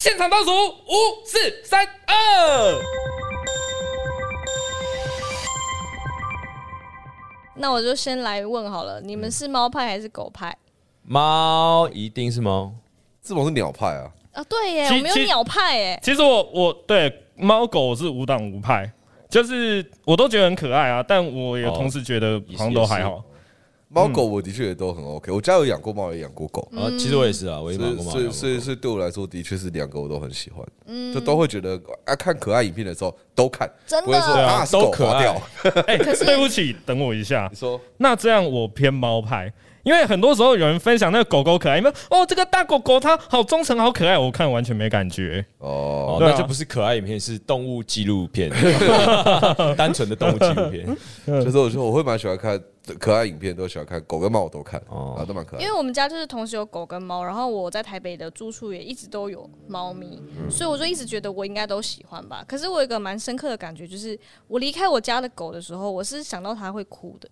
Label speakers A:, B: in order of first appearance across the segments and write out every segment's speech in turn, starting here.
A: 现场倒数五、四、三、二。
B: 那我就先来问好了，你
A: 嗯
B: 们是猫派还是狗派？
C: 猫一定是猫，
D: 志鹏是鸟派啊，
B: 啊，对耶，
A: 其
B: 我没有
A: 其
B: 鸟派耶。
A: 其实我我对猫狗是无党无派，就是我都觉得很可爱啊，但我也
C: 哦
A: 同时觉得
C: 也是
A: 好像都还好。
D: 猫狗我的确也都很 OK，我家有养过猫，也养过狗，
B: 嗯
C: 啊，其实我也是啊，我也
D: 所
C: 蛮嗯
D: 以
C: 过猫
D: 所
C: 养
D: 以
C: 过
D: 所以所以对我来说，的确是两个我都很喜欢，就都会觉得啊，看可爱影片的时候都看，
B: 嗯真的
D: 不会说
C: 对啊
D: 啊是狗
C: 都可
D: 划
C: 爱
D: 掉。
A: 哎、
B: 可是
A: 对不起，等我一下
D: 你。说
A: 那这样我偏猫派，因为很多时候有人分享那个狗狗可爱，你们哦这个大狗狗它好忠诚好可爱，我看完全没感觉。
C: 哦，
D: 哦，
A: 对啊
C: 那就不是可爱影片，是动物纪录 片，单纯的动物纪录 片。
D: 就是我说我会蛮喜欢看可爱影片，都喜欢看狗跟猫我都看，
C: 哦
D: 啊都蛮可爱
B: 因
D: 的
B: 为。我们家就是同时有狗跟猫，然后我在台北的住处也一直都有猫咪，
A: 嗯
B: 所以我就一直觉得我应该都喜欢吧。可是我有一个蛮深刻的感觉，就是我离开我家的狗的时候，我是想到它会哭的。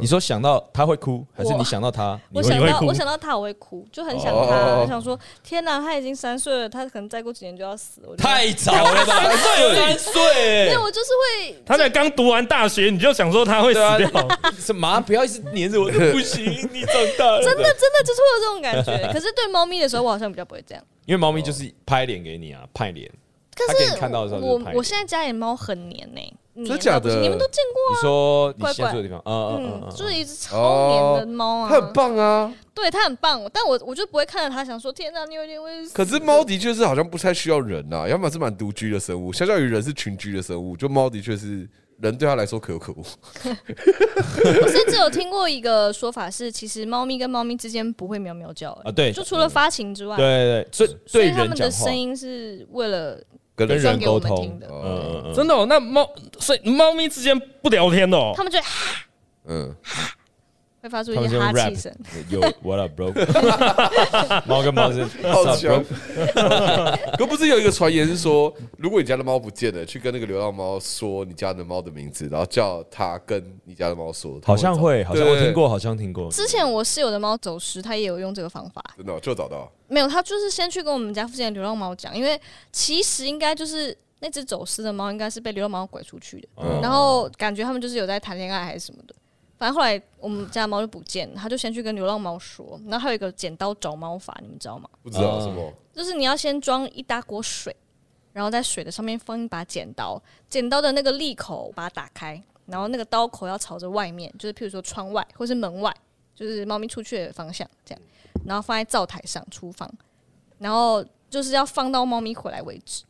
C: 你说想到它会哭，还是
B: 我
C: 你想到 它？
B: 我
A: 会
B: 想
A: 你
B: 到
A: 哭
B: 我想到它，我会哭，就很想它，
D: 哦
B: 我想说天哪，它已经三岁了，它可能再过几年就要死了。我就
C: 太早了吧，三岁三
B: 没
C: 岁
B: 有，，我就是会
A: 它才刚读完大学，你就想说它会死
C: 对
A: 掉？
C: 什么？不要一直黏着我，不行，你长大了。
B: 真的真的就是会有这种感觉。可是对猫咪的时候，我好像比较不会这样。
C: 因为猫咪就是拍脸给你啊，拍脸。
B: 可
C: 它给
B: 是
C: 你看到的时候就是
B: 我
C: 拍
B: 我现在家里猫很黏呢、黏到
D: 真假
B: 不行
D: 的
B: 你们都见过啊
C: 你说你
B: 怪
C: 现在
B: 怪
C: 住的地方，嗯嗯
B: 嗯
C: 嗯，，
B: 就是一只超黏的猫啊，
D: 它很，棒啊，
B: 对，它很棒，但我我就不会看着它，想说天哪，你有点会死。
D: 可是 猫的确是好像不太需要人啊呐、要么是蛮独居的生物，相较于人是群居的生物，就猫的确是人对它来说可有可无。
B: 我甚至有听过一个说法是，其实猫咪跟猫咪之间不会喵喵叫、欸
C: 啊对
B: 就除了发情之外，
C: 对，对对，所以
B: 所
C: 对
B: 以它
C: 人
B: 们
C: 讲
B: 的
C: 话，
B: 声音是为了
D: 跟
C: 跟
D: 人
B: 装
C: 人
B: 给我
C: 沟
B: 们
C: 通
B: 听，的，
C: 嗯嗯 嗯，
A: 真的、哦？那猫所以猫咪之间不聊天的哦
B: 它。们就会
D: 嗯，
B: 会发出一
C: 他们
B: 些
C: 是用
B: 哈
C: rap
B: 气声。
C: 有 What up, bro？猫跟猫是
D: 好
C: What's
D: 强
C: up, bro？。
D: 可不是有一个传言是说，如果你家的猫不见了，去跟那个流浪猫说你家的猫的名字，然后叫它跟你家的猫说，它
C: 好像会，好像我
D: 对
C: 听过，好像听过。
B: 之前我室友的猫走失，它也有用这个方法，
D: 真的哦、就找到。
B: 没有，他就是先去跟我们家附近的流浪猫讲，因为其实应该就是那只走失的猫，应该是被流浪猫拐出去的。
C: 嗯
B: 然后感觉他们就是有在谈恋爱还是什么的。反正后来我们家的猫就不见了，他就先去跟流浪猫说。然后还有一个剪刀找猫法，你们知道吗？
D: 不知道
C: 啊
D: 什么，
B: 就是你要先装一大锅水，然后在水的上面放一把剪刀，剪刀的那个利口把它打开，然后那个刀口要朝着外面，就是譬如说窗外或是门外，就是猫咪出去的方向这样，然后放在灶台上、厨房，然后就是要放到猫咪回来为止。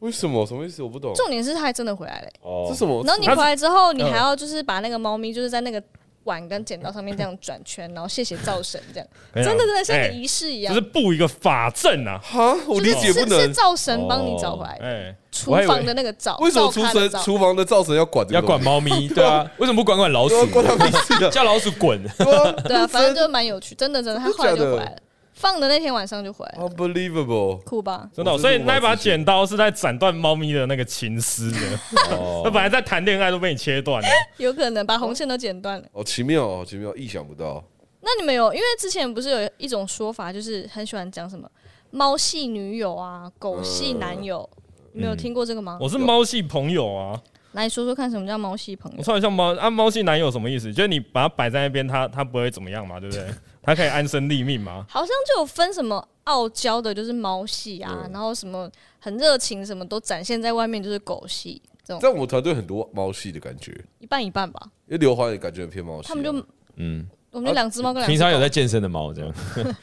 D: 为什么？什么意思？我不懂。
B: 重点是它还真的回来了欸、
D: 这
C: 哦，
D: 什么？
B: 然后你
A: 它
B: 回
A: 是
B: 来之后，你还要就是把那个猫咪就是在那个碗跟剪刀上面这样转圈，然后谢谢灶神这样，
A: 哎
B: 真
A: 呀
B: 的真的像个
A: 哎
B: 仪式一
A: 就
B: 样
A: 是，布一个法阵啊！
D: 哈，我理解
B: 是
D: 哎不
B: 是
D: 能。哦
B: 灶神帮你找回来的。
A: 哎，
B: 厨
C: 我还以为
B: 房的那个灶，
D: 为什么
B: 灶
D: 厨
B: 咖的
D: 神
B: 灶
D: 厨房的灶神要管这个
C: 要
D: 东西？
C: 管猫 咪，对啊，为什么不管管老鼠
D: 对啊？关他屁事啊！
C: 叫老鼠滚！
D: 对啊
B: 对啊，反正就蛮有趣，真的真的，他后来就
D: 真的假
B: 回
D: 的
B: 来了，放的那天晚上就回来了，
D: Unbelievable！
B: 哦酷吧？
A: 真的哦、
D: 我真
A: 所
D: 是
A: 以
D: 无法
A: 那把
D: 置信
A: 剪刀是在斩断猫咪的那个情丝的。那
C: 哦，
A: 本来在谈恋爱都被你切 断了。
B: 有可能把红线都剪断了。
D: 好奇妙哦，好奇妙，意想不到。
B: 那你们有，因为之前不是有一种说法，就是很喜欢讲什么猫系女友啊，狗系男友，你们有听过这个吗？
A: 我是猫系朋友啊，
B: 来说说看，什么叫猫系朋
A: 我
B: 友？
A: 突然像猫啊，猫系男友什么意思？就是你把它摆在那边，它它不会怎么样嘛，对不对？ 它可以安身立命嘛。
B: 好像就有分什么傲娇的，就是猫系啊，然后什么很热情，什么都展现在外面，就是狗系这种，
D: 在我们团队很多猫系的感觉，
B: 一半一半吧。
D: 因为刘华也感觉很偏猫系啊。
B: 他们就
C: 嗯，
B: 我们就两只猫跟两只
C: 平常有
B: 狗。
C: 在健身的猫这样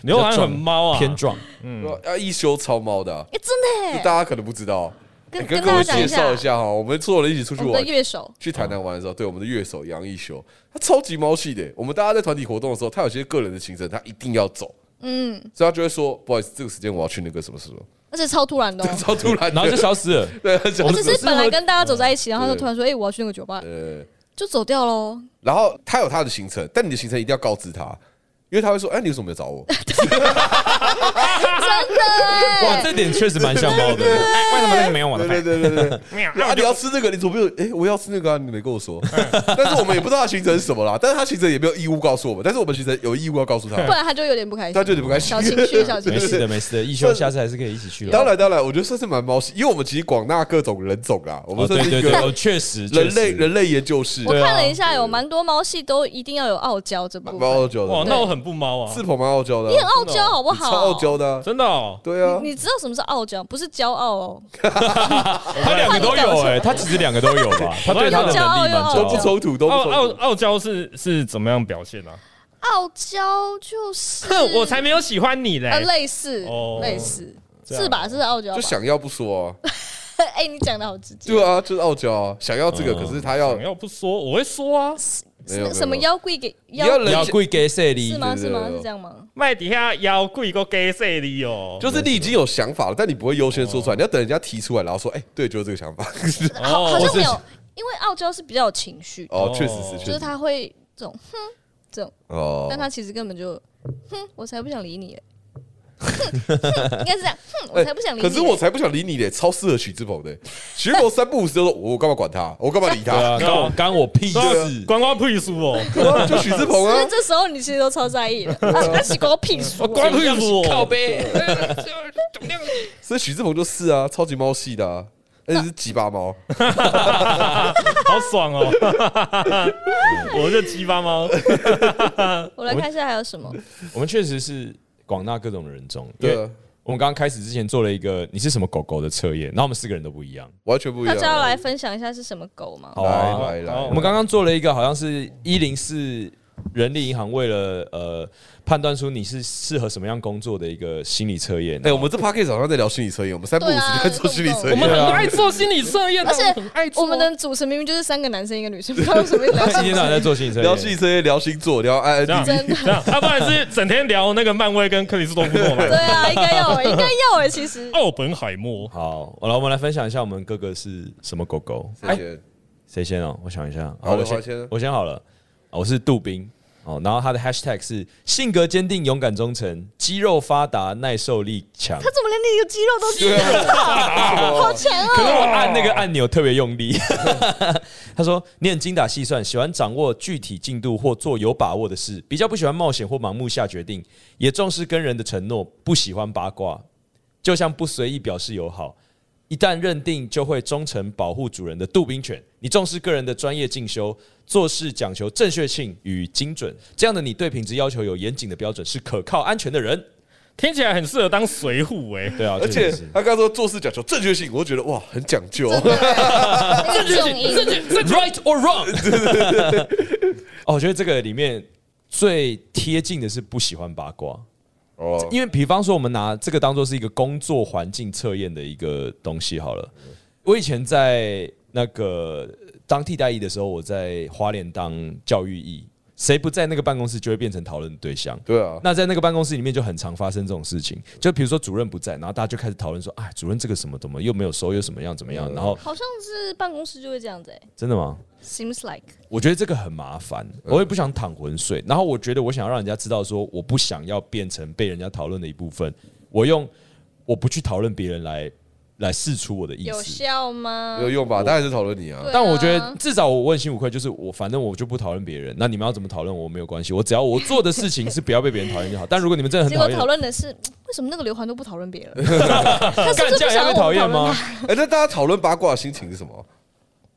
A: 刘涵很猫啊，
C: 偏壮，
D: 对啊要一休超猫的啊，
B: 哎，真的
D: 就
B: 欸，
D: 大家可能不知道，
B: 跟
D: 哎跟
B: 跟
D: 各
B: 大
D: 位
B: 家讲
D: 介
B: 一下
D: 绍一，下哈，我们所有人一起出去
B: 我们的
D: 玩。
B: 乐手
D: 去台南玩的时候，对我们的乐手杨一修，他超级猫系的。我们大家在团体活动的时候，他有些个人的行程，他一定要走，嗯，所以他就会说：“不好意思，这个时间我要去那个什么什么。
B: 而且超突然 的、”哦，
D: 超突然 的，
C: 然后就消失了。
D: 对，他就
B: 而且是本来跟大家走在一起，然后
D: 嗯对
B: 就突然说：“哎、我要去那个酒吧。
D: 呃，”
B: 就走掉喽。
D: 然后他有他的行程，但你的行程一定要告知他，因为他会说：“哎，你为什么没有找我？”
B: 真的
C: 哇，
B: 哎、
C: 这点确实蛮像猫的。哎，为什么那个没有我的
D: 对
C: 饭
D: 对？对对 对对。
A: 喵
D: 啊，你要吃这个，你怎么没有？哎、我要吃那个啊，你没跟我说。 但是我们也不知道他行程是什么啦，但是他行程也没有义务告诉我们，但是我们行程有义务要告诉他。
B: 不然他就有点不开心，
D: 哎他就有点不开心
B: 小情绪，小情
C: 没事
B: 绪。
C: 的，没事的，一休下次还是可以一起去的。
D: 当然，当然，我觉得算是蛮猫系，因为我们其实广纳各种人种啦，我
C: 哦，
D: 们
C: 对
D: 算是
C: 对
D: 一
C: 对，
D: 个
C: 哦确实，确
D: 人类
C: 实
D: 人类研究室
B: 我，
C: 对啊
B: 看了一下，有蛮多猫系都一定要有傲娇这部
D: 蛮
B: 分。
D: 蛮傲娇
A: 哇，
D: 的，
A: 那我很不猫啊
D: 自，鹏蛮傲娇的啊，
B: 你很傲娇好不
D: 你
B: 好？
D: 超傲娇的啊，
A: 真的哦，
D: 对啊
B: 你，，你知道什么是傲娇？不是骄傲哦。
C: 他两个都有哎，他其实两个都有吧？他对他的能力蛮
D: 都
C: 高
D: 不
C: 的。
B: 哦
D: 冲突，都不
A: 傲傲
D: 冲突。
A: 傲娇是是怎么样表现啊？
B: 傲娇就是
A: 哼，我才没有喜欢你嘞
B: 呃，类似
A: 哦
B: 类似
C: 这样
B: 是吧？是傲娇吧
D: 啊就？想要不说啊，
B: 哎，你讲的好直接
D: 对。啊，就是傲娇啊，想要这个，
C: 嗯
D: 可是他要
A: 想要不说，我会说啊。
D: 没有没有
B: 什么
D: 没有
B: 妖怪给
D: 你要
B: 妖
D: 人
C: 要贵给谁
B: 是
C: 哩？
B: 吗？
D: 对
B: 是吗？
D: 对对
B: 是这样吗？
A: 麦底下腰贵个 gay 碎的哦，
D: 就是你已经有想法了，但你不会优先说出来，你要等人家提出来，然后说，哎，对，就是这个想法。
B: 好，好
A: 我
B: 像
A: 是
B: 没有，因为傲娇是比较有情绪，
D: 哦，
A: 哦
D: 确实是，确
B: 就
D: 实
B: 是他会这种哼这种，
D: 哦
B: 但他其实根本就哼，我才不想理 你嘞。哼哼应该是这样，哼，我
D: 哎
B: 才不想理你
D: 可
B: 嘞。
D: 是我才不想理你嘞，超适合许志鹏的。许志鹏三不五时就说：“我干嘛管他？我干嘛理
C: 对
D: 他
C: 啊，干我干我屁
A: 对啊
C: 事！
A: 关关屁事哦，？”
D: 对啊， 就许志鹏
B: 因为
D: 啊，
B: 这时候你其实都超在意的，啊，是 关我屁事
A: 我。关屁事
C: 靠
A: 哦，
C: 背，
D: 所以许志鹏就是啊，超级猫系的啊，而且是鸡巴猫。
A: 好爽 哦，我这鸡巴猫，
B: 我来看一下还有什么，
C: 我们确实是广纳各种人种。
D: 对
C: 因为
D: 啊，
C: 我们刚刚开始之前做了一个你是什么狗狗的测验，然后我们四个人都不一样。
D: 完全不一
B: 大
D: 样。啊
B: 家要啊来分享一下是什么狗吗？
C: 好
D: 来
C: 啊
D: 来来，
A: 好
C: 我们刚刚做了一个好像是一零四人力银行为了呃判断出你是适合什么样工作的一个心理测验。
D: 哎，我们这 p a c k a g e 好像在聊心理测验，我们三不五时就在做心理测
A: 我
D: 验
A: 们。
C: 啊
A: 很爱做心理测验，
B: 而且
A: 我们很爱做
B: 我们的主持明明就是三个男生一个女生，不知道为什么一直聊
C: 今天
B: 天
C: 到晚在做心理测
D: 聊心
C: 验
D: 理，测验，聊星座，聊安
A: 这样
D: 安
B: 真的
A: 这样，啊要不然是整天聊那个漫威跟克里斯多夫诺
B: 对
A: 曼、
B: 啊，应该要，应该要哎，其实
A: 奥哦本海默，
C: 好，好了，我们来分享一下我们哥哥是什么狗狗。哎
D: 这些。
C: 谁先哦？我想一下，
D: 好
C: 我
D: 刘华先
C: 我先好了。啊我是杜宾哦，然后他的 hashtag 是性格坚定、勇敢、忠诚、肌肉发达、耐受力强。
B: 他怎么连那个肌肉都知道？好强
C: 可
B: 哦！
C: 是我按那个按钮特别用力。 他说：“你很精打细算，喜欢掌握具体进度或做有把握的事，比较不喜欢冒险或盲目下决定，也重视跟人的承诺，不喜欢八卦，就像不随意表示友好。一旦认定，就会忠诚保护主人的杜宾犬。你重视个人的专业进修，做事讲求正确性与精准。这样的你对品质要求有严谨的标准，是可靠安全的人。
A: 听起来很适合当随护哎，
C: 对啊，
D: 而且
C: 确实是
D: 他刚说做事讲求正确性，我觉得哇，很讲究。
B: 哦
D: 啊
B: 那个重音，
C: right or wrong 哦，我觉得这个里面最贴近的是不喜欢八卦，
D: 哦，
C: 因为比方说我们拿这个当做是一个工作环境测验的一个东西好了。我以前在那个当替代役的时候，我在花莲当教育役，谁不在那个办公室就会变成讨论的对象。
D: 对啊，
C: 那在那个办公室里面就很常发生这种事情，就比如说主任不在，然后大家就开始讨论说，哎，主任这个什么怎么又没有收，又什么样怎么样？然后
B: 好像是办公室就会这样子哎
C: 真的吗？
B: ，seems like
C: 我觉得这个很麻烦，我也不想淌浑水。然后我觉得我想要让人家知道，说我不想要变成被人家讨论的一部分。我用我不去讨论别人来来试出我的意
B: 有
C: 思。
B: 效吗
D: 没有？用吧？当然是讨论你啊
B: 对。
C: 但我觉得至少我问心无愧，就是我反正我就不讨论别人。那你们要怎么讨论我没有关系，我只要我做的事情是不要被别人讨厌就好。但如果你们真的很
B: 结果
C: 讨厌
B: 讨，论的是嗯为什么那个刘环都不讨论别人，他是
C: 干
B: 不是
C: 这
B: 不想
C: 样也
B: 要
C: 被讨
B: 我们
C: 厌
B: 讨论
C: 吗
B: 他？？
D: 哎，那大家讨论八卦的心情是什么？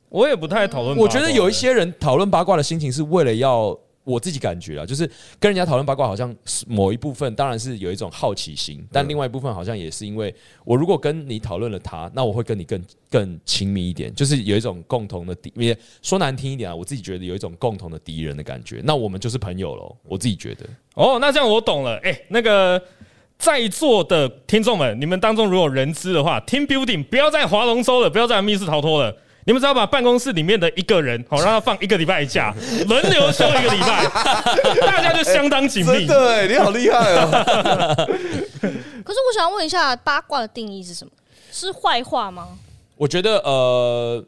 A: 我也不太讨论八卦。
C: 我觉得有一些人讨论八卦的心情是为了要我自己感觉啊，就是跟人家讨论八卦，好像是某一部分当然是有一种好奇心，但另外一部分好像也是因为我如果跟你讨论了他，那我会跟你更更亲密一点，就是有一种共同的敌，也说难听一点啊，我自己觉得有一种共同的敌人的感觉，那我们就是朋友喽，我自己觉得。
A: 哦，那这样我懂了。哎、那个在座的听众们，你们当中如果有人知的话，Team Building 不要再划龙舟了，不要再密室逃脱了。你们只要把办公室里面的一个人，好、让他放一个礼拜的 假，轮流休一个礼拜，大家就相当紧
D: 真
A: 密。
D: 的哎，你好厉害哦！
B: 可是我想问一下，八卦的定义是什么？是坏话吗？
C: 我觉得呃，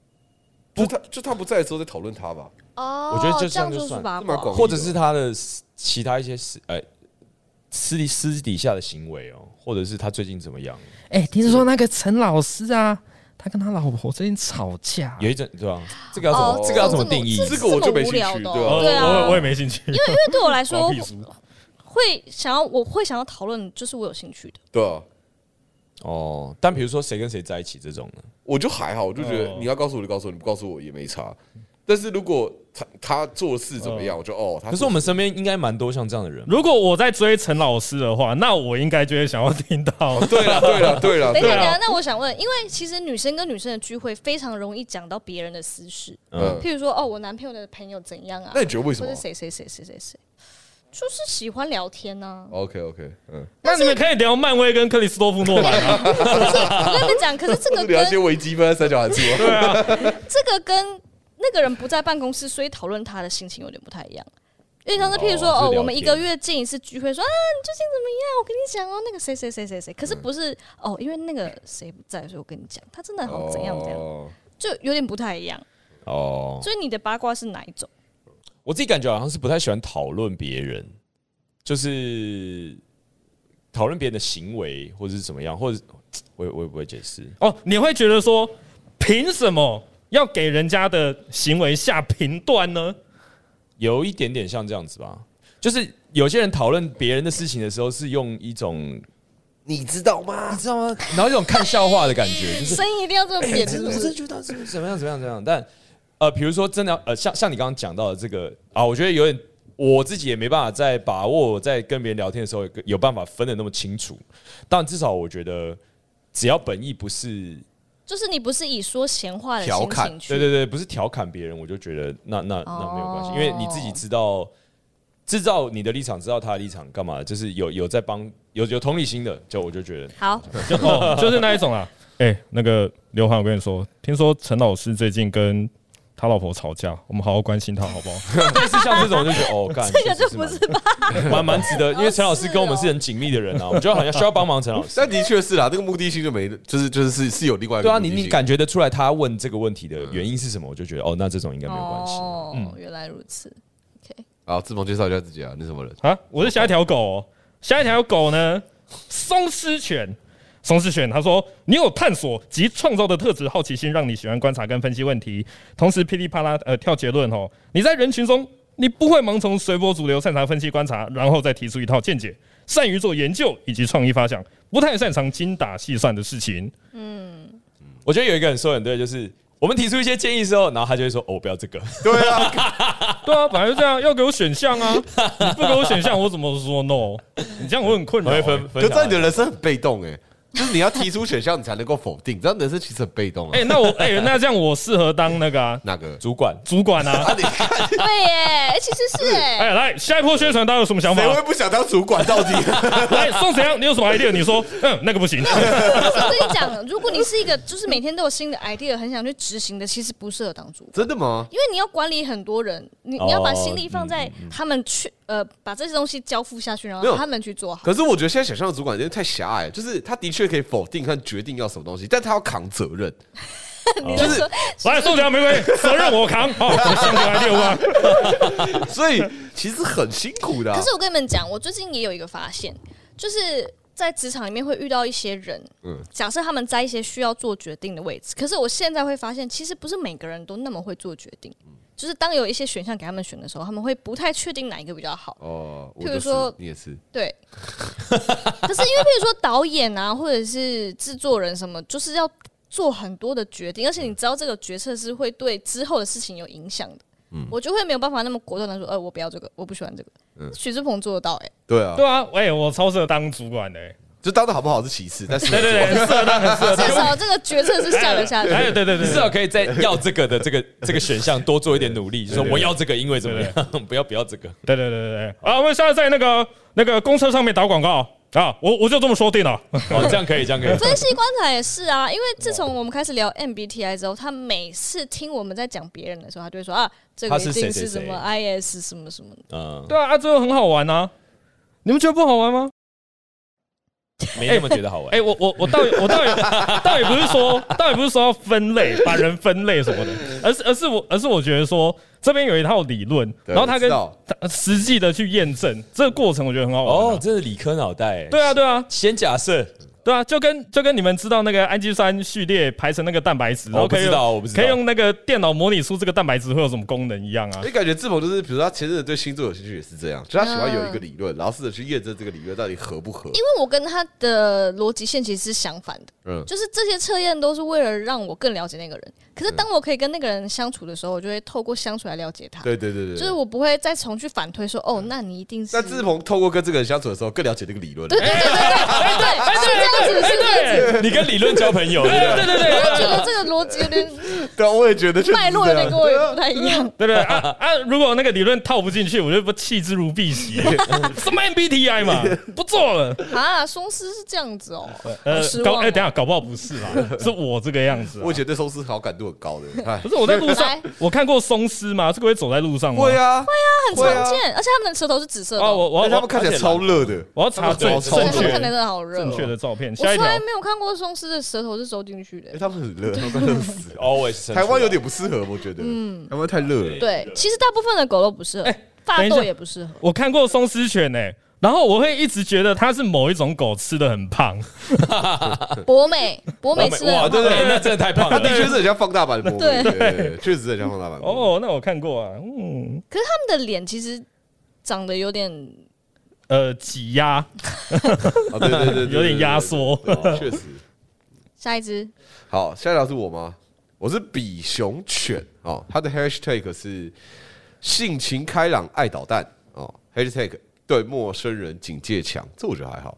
D: 就他就他不在的时候在讨论他吧。
B: 哦，
C: 我觉得就
B: 这样
C: 这样就
B: 就是
C: 算
B: 八
D: 这蛮
B: 卦
D: 广。
C: 或者是他的其他一些事，呃，私底私底下的行为哦，或者是他最近怎么样？
E: 哎、听说那个陈老师啊，他跟他老婆最近吵架，
C: 有一阵对吧？这个要怎
B: 哦
C: 么这个要怎么定义？
D: 这个我就没兴趣
B: 这么无聊的
D: 对
B: 哦对
D: 吧
A: 我我我也
B: 啊，
A: 没兴趣，因
B: 因为对我来说
A: 关我屁事
B: 会想要，我会想要讨论，就是我有兴趣的。
D: 对啊，
C: 哦，但比如说谁跟谁在一起这种呢？
D: 我就还好，我就觉得
A: 哦
B: 嗯
D: 你要告诉我就告诉我，你不告诉我也没差。但是如果他他做事怎么
B: 嗯
D: 样，我就哦，他
C: 可是我们身边应该蛮多像这样的人。
A: 如果我在追陈老师的话，那我应该就会想要听 到
D: 哦对了对 了对了
B: 等一
D: 啊对
B: 下，
D: 了，
B: 等一下，那我想问，因为其实女生跟女生的聚会非常容易讲到别人的私事，
C: 嗯
D: 嗯，
B: 譬如说，哦，我男朋友的朋友怎样啊
D: 那，你觉得为什
B: 或
D: 么
B: 者谁谁谁谁谁谁，就是喜欢聊天啊呢、
D: ？OK OK，嗯，
A: 那你们可以聊漫威跟克里斯多夫诺兰啊，
B: 我跟你们讲，可是这
D: 或
B: 个
D: 者聊一
B: 跟
D: 些微积分、三角函 数啊。
A: 对啊，
B: 这个跟那个人不在办公室，所以讨论他的心情有点不太一样。有点像是，譬如说，
C: 哦是
B: 哦，
C: 聊天
B: 我们一个月见一次聚会，说啊，你最近怎么样？我跟你讲哦，那个谁谁谁谁谁，可是
C: 嗯
B: 不是哦，因为那个谁不在，所以我跟你讲，他真的好像怎样怎样，
D: 哦
B: 就有点不太一样。
C: 哦，
B: 所以你的八卦是哪一种？
C: 我自己感觉好像是不太喜欢讨论别人，就是讨论别人的行为或者是怎么样，或者我也我也不会解释。
A: 哦，你会觉得说，凭什么要给人家的行为下评断呢？
C: 有一点点像这样子吧，就是有些人讨论别人的事情的时候，是用一种
D: 你知道吗
C: 你？知道吗？然后一种看笑话的感 觉，就是
B: 声音一定要这么 扁，
C: 真
B: 是不
C: 的我
B: 是
C: 真的？觉得是怎么样怎么样怎么样，但呃，比如说真的要呃，像像你刚刚讲到的这个啊，我觉得有点我自己也没办法在把握我在跟别人聊天的时候有个有办法分的那么清楚，但至少我觉得只要本意不是
B: 就是你不是以说闲话的
C: 调
B: 心
C: 侃
B: 情，去，
C: 对对对，不是调侃别人，我就觉得那那那没有关系，
B: 哦
C: 因为你自己知道。知道你的立场，知道他的立场，干嘛？就是有有在帮，有有同理心的，就我就 觉得
B: 好，
A: 就 哦，就是那一种啊。 哎、那个刘涵，我跟你说，听说陈老师最近跟他老婆吵架，我们好好关心他好不好？
C: 类似 像这种，就觉得哦，干
B: 这个
C: 确
B: 就
C: 实
B: 不
C: 蛮
B: 是
C: 蛮蛮值得，因为陈老师跟我们是很紧密的人啊，我觉得好像需要帮忙陈老师。
D: 但的确是啦，这个目的性就没，就是就是是是有另外一个
C: 对啊，
D: 目
C: 你
D: 的性
C: 你感觉得出来他问这个问题的原因是什么？我就觉得哦，那这种应该没有关系。嗯
B: 哦，原来如此。
D: 好，志鹏介绍一下自己啊，你是什么人？
A: 啊，我是下一条狗、哦，下一条狗呢，松狮犬。松狮犬他说：“你有探索及创造的特质，好奇心让你喜欢观察跟分析问题，同时噼里啪啦呃跳结论哦。你在人群中，你不会盲从随波逐流，擅长分析观察，然后再提出一套见解，善于做研究以及创意发想，不太擅长精打细算的事情。
C: 我觉得有一个人说得很对，就是我们提出一些建议之后，然后他就会说哦，我不要这个。
D: 对啊，
A: 对啊，本来就这样，要给我选项啊！你不给我选项，我怎么说 no？你这样我很困
C: 我
A: 扰、
C: 会
A: 欸。
C: 分分
D: 可在
C: 享
D: 你的人生很被动哎，就是你要提出选项，你才能够否定，这样人生其实很被动啊
A: 哎、。那我哎、那这样我适合当那个、啊、
D: 那个
C: 主管。
A: 主管啊！
B: 对耶，其实是
A: 哎、
B: 哎，
A: 来下一波宣传，大家有什么想法
D: 谁？会不想当主管？到底
A: 来宋子阳，你有什么 idea？你说，嗯，那个不行。
B: 我跟你讲，如果你是一个就是每天都有新的 idea 很想去执行的，其实不适合当主管，
D: 真的吗？
B: 因为你要管理很多人，你
C: 哦
B: 你要把心力放在他们去呃把这些东西交付下去，然
D: 没
B: 后
D: 有
B: 他们去做好。
D: 可是我觉得现在想象的主管有点太狭隘，就是他的确可以否定和决定要什么东西，但他要扛责任。
B: 你就说
A: 来宋子阳，没关系，责任我 扛。哦好，我新的 idea 吧。
D: 所以其实很辛苦的啊、
B: 可是我跟你们讲，我最近也有一个发现，就是在职场里面会遇到一些人，
D: 嗯
B: 假设他们在一些需要做决定的位置，可是我现在会发现，其实不是每个人都那么会做决定。就是当有一些选项给他们选的时候，他们会不太确定哪一个比较好。
D: 哦，我
B: 譬如
D: 就是
B: 说
D: 你也是，
B: 对， 可是因为譬如说导演啊，或者是制作人什么，就是要做很多的决定，而且你知道这个决策是会对之后的事情有影响的。
C: 嗯
B: 我就会没有办法那么果断的说，呃，我不要这个，我不喜欢这个。
C: 嗯
B: 许志鹏做得到、欸，
D: 对啊，
A: 对啊，哎、我超适合当主管的、欸。
D: 就当的好不好是其次，但是
A: 对对对，很适合当，很适合
B: 啊
C: 啊
B: 至
A: 当。
B: 少这个决策是下了下
A: 哎，
B: 去。
A: 对对对
C: 你至
A: 对，
C: 少可以在要这个的这个这个选项多做一点努力，就说我要这个，因为怎么样， 不要不要这个。
A: 对对对对对。啊，我们下次在那个那个公车上面打广告啊，我我就这么说定了。
C: 哦，这样可以，这样可 以。
B: 分析观察也是啊，因为自从我们开始聊 MBTI 之后，他每次听我们在讲别人的时候，他就会说啊，这个
C: 他是
B: 一
C: 谁
B: 定
C: 谁
B: 是什么 IS 什么什么的。
C: 嗯，
A: 对啊，啊，最后很好玩啊！你们觉得不好玩吗？
C: 没那么觉得好玩。
A: 哎、我我我倒也我倒也倒也不是说倒也不是说要分类，把人分类什么的，而是而是我而是我觉得说这边有一套理论，
D: 对
A: 然后他
D: 我
A: 跟
D: 知道
A: 他实际的去验证这个过程，我觉得很好玩、
C: 哦
A: 哦，，
C: 这是理科脑袋、
A: 对啊，对啊，
C: 先假设
A: 对啊，就跟就跟你们知道那个氨基酸序列排成那个蛋白质，然
C: 我
A: 后
C: 哦不
A: 可以
C: 知
A: 用
C: 道，我不知道，
A: 可以用那个电脑模拟出这个蛋白质会有什么功能一样啊
D: 你。感觉志鹏就是，比如说他前阵子对星座有兴趣也是这样，就他喜欢有一个理论，然后试着去验证这个理论到底合不合。
B: 因为我跟他的逻辑线其实是相反的，
D: 嗯，
B: 就是这些测验都是为了让我更了解那个人。可是当我可以跟那个人相处的时候，我就会透过相处来了解他。
D: 对对对对。
B: 就是我不会再重去反推说，哦，那你一定是
D: 那志鹏透过跟这个人相处的时候，更了解这个理论。
B: 对对对对对对，是这样子，是这样子。
A: 对
C: 你跟理论 交朋友，对不对？
A: 对对对
B: 我就觉得这个逻辑有点
D: 对啊，我也觉得确实是
B: 脉络有
D: 这
B: 点
D: 样
B: 跟我也不太一样。
A: 对对啊啊！如果那个理论套不进去，我就不弃之如敝 屣。什么 MBTI 嘛，不做了。
B: 啊，松狮是这样子哦，
A: 呃
B: 好失，
A: 搞
B: 望哦
A: 哎、等一下搞不好不是啦， 是我这个样子啊、
D: 我以前对松狮好感度很高的。 哎
A: 不，是我在路上
B: 来，
A: 我看过松狮吗？这个会走在路上吗？
D: 会啊，会
B: 很
D: 啊，
B: 常见，而且他们的舌头是紫色的
A: 哦，
B: 哦，
A: 我我
D: 但他
A: 要
D: 们看起来超热的。
A: 我要查最
D: 他们
B: 所以
A: 正
D: 超
B: 他们
A: 确
B: 看起来真的好热
A: 正
B: 哦。
A: 确的照片。
B: 我
A: 下一
B: 从
A: 条
B: 来没有看过松狮的舌头是走进去
D: 因
B: 的
D: 为。他们很热，他们快热死了。
C: always
D: 台湾有点不适合，我觉得。嗯，台湾太热了。
B: 对，其实大部分的狗都不适合，发
A: 等一
B: 豆
A: 下
B: 也不适合。
A: 我看过松狮犬诶、然后我会一直觉得它是某一种狗吃的很胖，
B: 博美，博美吃的
C: 哇，
B: 很
C: 对
B: 好，
C: 对，那真的太胖
D: 他的确
C: 了。
D: 是很像放大版的魔鬼，
B: 对
D: 对对对确实很像放大版的魔鬼。
A: 哦，那我看过啊，嗯，
B: 可是他们的脸其实长得有点，
A: 呃，挤压，
D: 哦，对对对对对，对
A: 有点压缩
D: 对对确实。
B: 下一只
D: 好，下一条是我吗？我是比熊犬哦，它的 hashtag 是性情开朗爱捣蛋哦，hashtag 对陌生人警戒强，这我觉得还好。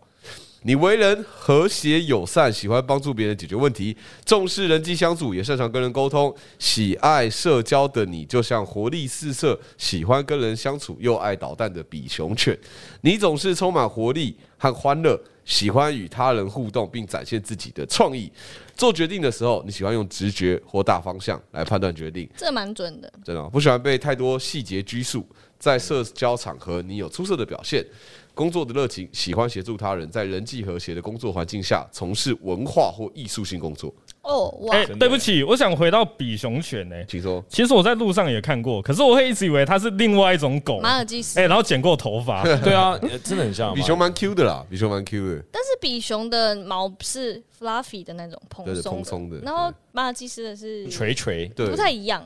D: 你为人和谐友善，喜欢帮助别人解决问题，重视人际相处，也擅长跟人沟通，喜爱社交的你，就像活力四射、喜欢跟人相处又爱捣蛋的比熊犬。你总是充满活力和欢乐，喜欢与他人互动，并展现自己的创意。做决定的时候，你喜欢用直觉或大方向来判断决定。
B: 这蛮准的，
D: 真的哦不喜欢被太多细节拘束。在社交场合，你有出色的表现，工作的热情，喜欢协助他人，在人际和谐的工作环境下从事文化或艺术性工作。
B: 哦哇
A: 哎、，对不起，我想回到比熊犬诶、欸
D: 请说，
A: 其实我在路上也看过，可是我会一直以为它是另外一种狗，
B: 马
A: 哎、
B: 尔济斯。
A: 然后剪过头发，
C: 对啊，呃真的很像嘛
D: 比熊蛮 Q 的啦，比熊蛮 Q 的，
B: 但是比熊的毛是 fluffy 的那种蓬
D: 对对
B: 松
D: 蓬松的
B: 然后马尔济斯的是
C: 垂垂。
D: 对
B: 不。太一样。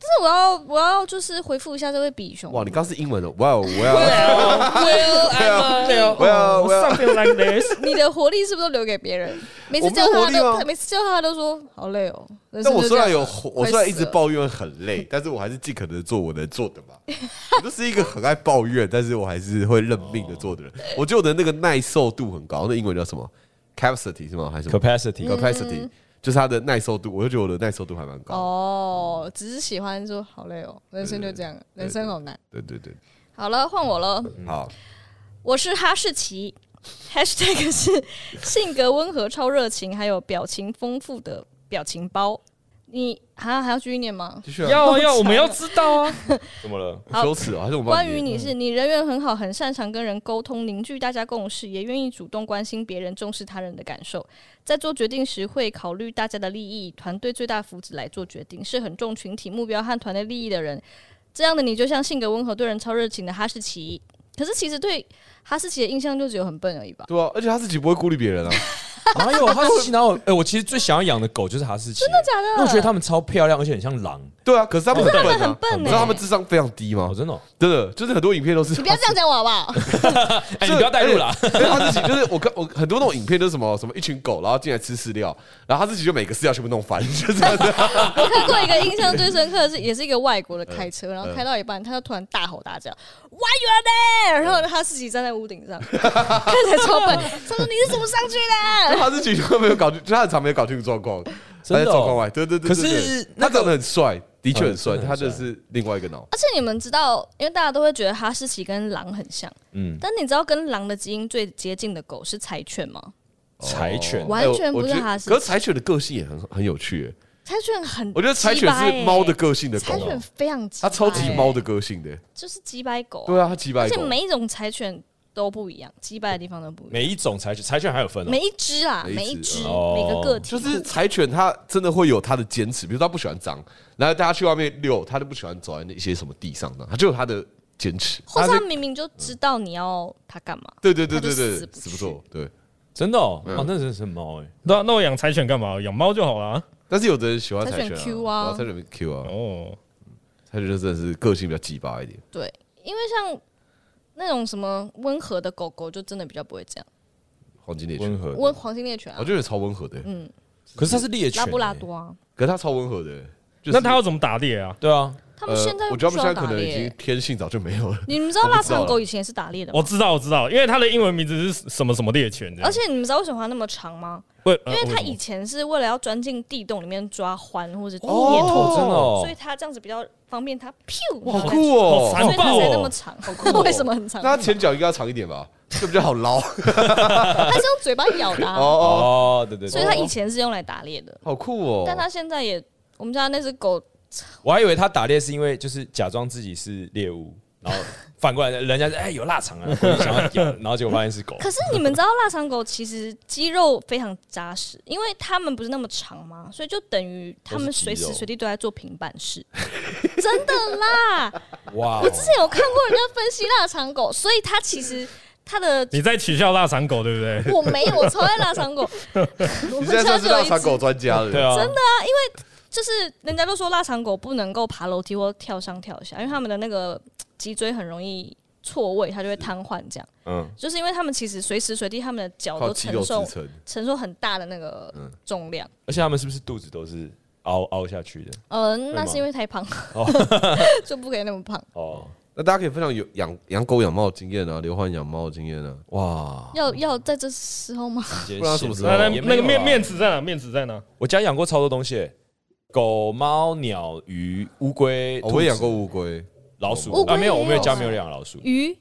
B: 但是我要我要就是回复一下这位比熊。
D: 哇，你刚是英文哦，哇，我要，
A: 对啊，
D: 我要，我要，
A: something like this，
B: 你的活力是不是都留给别人？每次
D: 我没
B: 叫
D: 有
B: 他
D: 活力
B: 都，
D: 吗
B: 他每次叫他都说好累哦。人
D: 但
B: 生
D: 我
B: 就这
D: 虽然
B: 样
D: 有
B: 了，
D: 我
B: 快
D: 虽然一
B: 死
D: 直
B: 了
D: 抱怨很 累，但是我还是尽可能做我能做的嘛。我就是一个很爱抱怨，但是我还是会认命的做的人。我觉得我的那个耐受度很高，那英文叫什么？capacity 是吗？还是什么
C: capacity，
D: capacity？、就是它的耐受度，我就觉得我的耐受度还蛮高。
B: 嗯哦，只是喜欢说好累哦，人生就这样了，人生好难。
D: 对对对，
B: 好了，换我了，
D: 好，
B: 我是哈士奇。#hashtag 是性格温和、超热情，还有表情丰富的表情包。你啊还还要继续念吗？
D: 继续啊。
A: 要啊要，我们要知道啊，
C: 怎么了？
D: 很羞耻哦，还是我们帮
B: 关于你是你人缘很好，很擅长跟人沟通，凝聚大家共识，也愿意主动关心别人，重视他人的感受，在做决定时会考虑大家的利益，团队最大福祉来做决定，是很重群体目标和团队利益的人。这样的你就像性格温和、对人超热情的哈士奇。可是其实对哈士奇的印象就只有很笨而已吧？
D: 对啊，而且他自己不会顾虑别人啊。
C: 哪有哈士奇？哪有？哎、我其实最想要养的狗就是哈士奇，真的假的？因为我觉得它们超漂亮，而且很像狼。
D: 对啊，可是他们很 笨
B: 很
D: 啊，
B: 笨欸
D: 你知道他们智商非常低吗
C: 哦，？真的、哦。
D: 真的，就是很多影片都是
B: 你不要这样讲我好不好？
C: 哎、你不要带入啦。
D: 因为他自己就是我看我很多那种影片都是什么什么一群狗，然后进来吃饲料，然后他自己就每个饲料全部弄翻， 就是这样子。
B: 我看过一个印象最深刻的是，也是一个外国的开车，
D: 嗯
B: 然后开到一半，他就突然大吼大叫，Why you are there？然后他自己站在屋顶上，看起来超 笨。他说你是怎么上去的？
D: 他自己都没有搞清，就他很常没有搞清楚状况，他
C: 真的哦
D: 在状况外。对对对，
C: 可
D: 对对
C: 是那
D: 他
C: 个
D: 长得很帅，的确很帅，
C: 嗯真的
D: 他
C: 很帅
D: 就是另外一个脑。
B: 而且你们知道，因为大家都会觉得哈士奇跟狼很像，
C: 嗯，
B: 但你知道跟狼的基因最接近的狗是柴犬吗？
C: 柴犬
B: 完全
D: 哎我
B: 不是
D: 我觉得
B: 哈士奇
D: 可是柴犬的个性也很很有趣耶，
B: 柴犬很，
D: 我觉得柴犬是猫的，个性的狗
B: 哎柴
D: 哦
B: 犬，非常，
D: 它超级猫，的个性的。
B: 就是几百狗啊，
D: 对啊，它几百
B: 而且
D: 狗。
B: 每一种柴犬都不一样，击败的地方都不一样。
C: 每一种柴犬，柴犬还有分哦
B: 每。一只啊，每
D: 每一
B: 一
D: 只
B: 只，
C: 哦
B: 每个个体
D: 就
B: 户，
D: 是柴犬，它真的会有它的坚持，比如它不喜欢脏，然后大家去外面遛，它就不喜欢走在那些什么地上呢，它就有它的坚持。
B: 或者
D: 它
B: 他
D: 是
B: 明明就知道你要他干嘛，
D: 对对对
B: 它就
D: 对对，
B: 死不
D: 死不做对。
C: 真的哦，哦，那真的是很猫哎。
A: 那那我养柴犬干嘛？养猫就好了。啊
D: 但是有的人喜欢
B: 柴
D: 柴
B: 犬
D: 犬
B: Q 啊
D: 柴犬 Q 啊，
A: 哦，
D: 柴犬真的是个性比较鸡巴一点。
B: 对，因为像那种什么温和的狗狗，就真的比较不会这样。
D: 黄金猎犬，
C: 温和的，
B: 温黄金猎犬啊
D: 我，觉得超温和的，
B: 嗯
C: 可是它是猎犬欸。
B: 拉布拉多啊，
D: 可是它超温和的。就是
A: 那它要怎么打猎啊？
C: 对啊，
B: 他们
D: 呃
B: 现在
D: 我
B: 不
D: 觉
B: 需
D: 得他
B: 要
D: 们现在
B: 打
D: 可能已经
B: 猎。
D: 天性早就 没有了。
B: 你们知道
D: 我不
B: 腊
D: 知道
B: 肠狗
D: 了
B: 以前是打猎的吗
A: 我？知道，我知道，因为它的英文名字是什么什么猎犬这样，
B: 而且你们知道为什么它那么长吗？
A: 为
B: 因
A: 呃
B: 为
A: 为
B: 它
A: 什么
B: 以前是为了要钻进地洞里面抓獾或者野
C: 哦
B: 兔，
C: 真的哦
B: 所以它这样子比较方便，它咻，
D: 哇，
B: 然
D: 好
B: 后
D: 酷哦！
A: 好
B: 再出所以它
A: 残暴
B: 才那
A: 哦
B: 么！长。 为什么很长？
D: 那它
B: 它是
D: 前脚应该要长一点 吧，这比较好捞。
B: 用嘴巴咬的啊，
D: 哦，
C: 哦，对对
B: 所
C: 对
B: 以，它以前是用来打猎的，
D: 好酷哦！
B: 但它现在也，我们家那只 狗
C: 我还以为它打猎是因为就是假装自己是猎物，然后反过来人家是哎有腊肠啊，我就想要咬，然后结果发现是狗。
B: 可是你们知道腊肠狗其实肌肉非常扎实，因为它们不是那么长嘛，所以就等于它们随时随地都在做平板式， 真的啦！
C: 哇哦，
B: 我之前有看过人家分析腊肠狗，所以它其实它的
A: 你在取笑腊肠狗对不对？
B: 我没有，我超爱腊肠狗，我
D: 你
B: 们
D: 现在
B: 家就
D: 算
B: 是有
D: 腊
B: 一
D: 肠狗
B: 只。
D: 专家了，
C: 对，啊，真的
B: 就是人家都说腊肠狗不能够爬楼梯或跳上跳下，因为它们的那个脊椎很容易错位，它就会瘫痪。这样，
C: 嗯，
B: 就是因为它们其实随时随地它们的脚
D: 靠
B: 都
D: 肌肉
B: 承受
D: 支撑。
B: 承受很大的那个重量。
C: 而且他们是不是肚子都是凹凹下去的？
B: 呃，
C: 吗
B: 那是因为太胖， 就不可以那么胖，
C: 哦，
D: 那大家可以分享有养养狗、养猫的经验啊，刘欢养猫的经验啊。
C: 哇，
B: 要要在这时候吗？
C: 直接
D: 不知道什么时候
A: 那那
C: 也没
A: 那个
C: 有啊
A: 面面，子在哪？面子在哪？
C: 我家养过超多东西欸，狗、猫、鸟、鱼、乌龟，
D: 哦我也养
C: 兔
D: 过
C: 子
D: 乌龟，
C: 老鼠
B: 乌龟
C: 啊，没有，
B: 也
C: 我没有
B: 有
C: 家
B: 啊
C: 没有养老鼠，
B: 鱼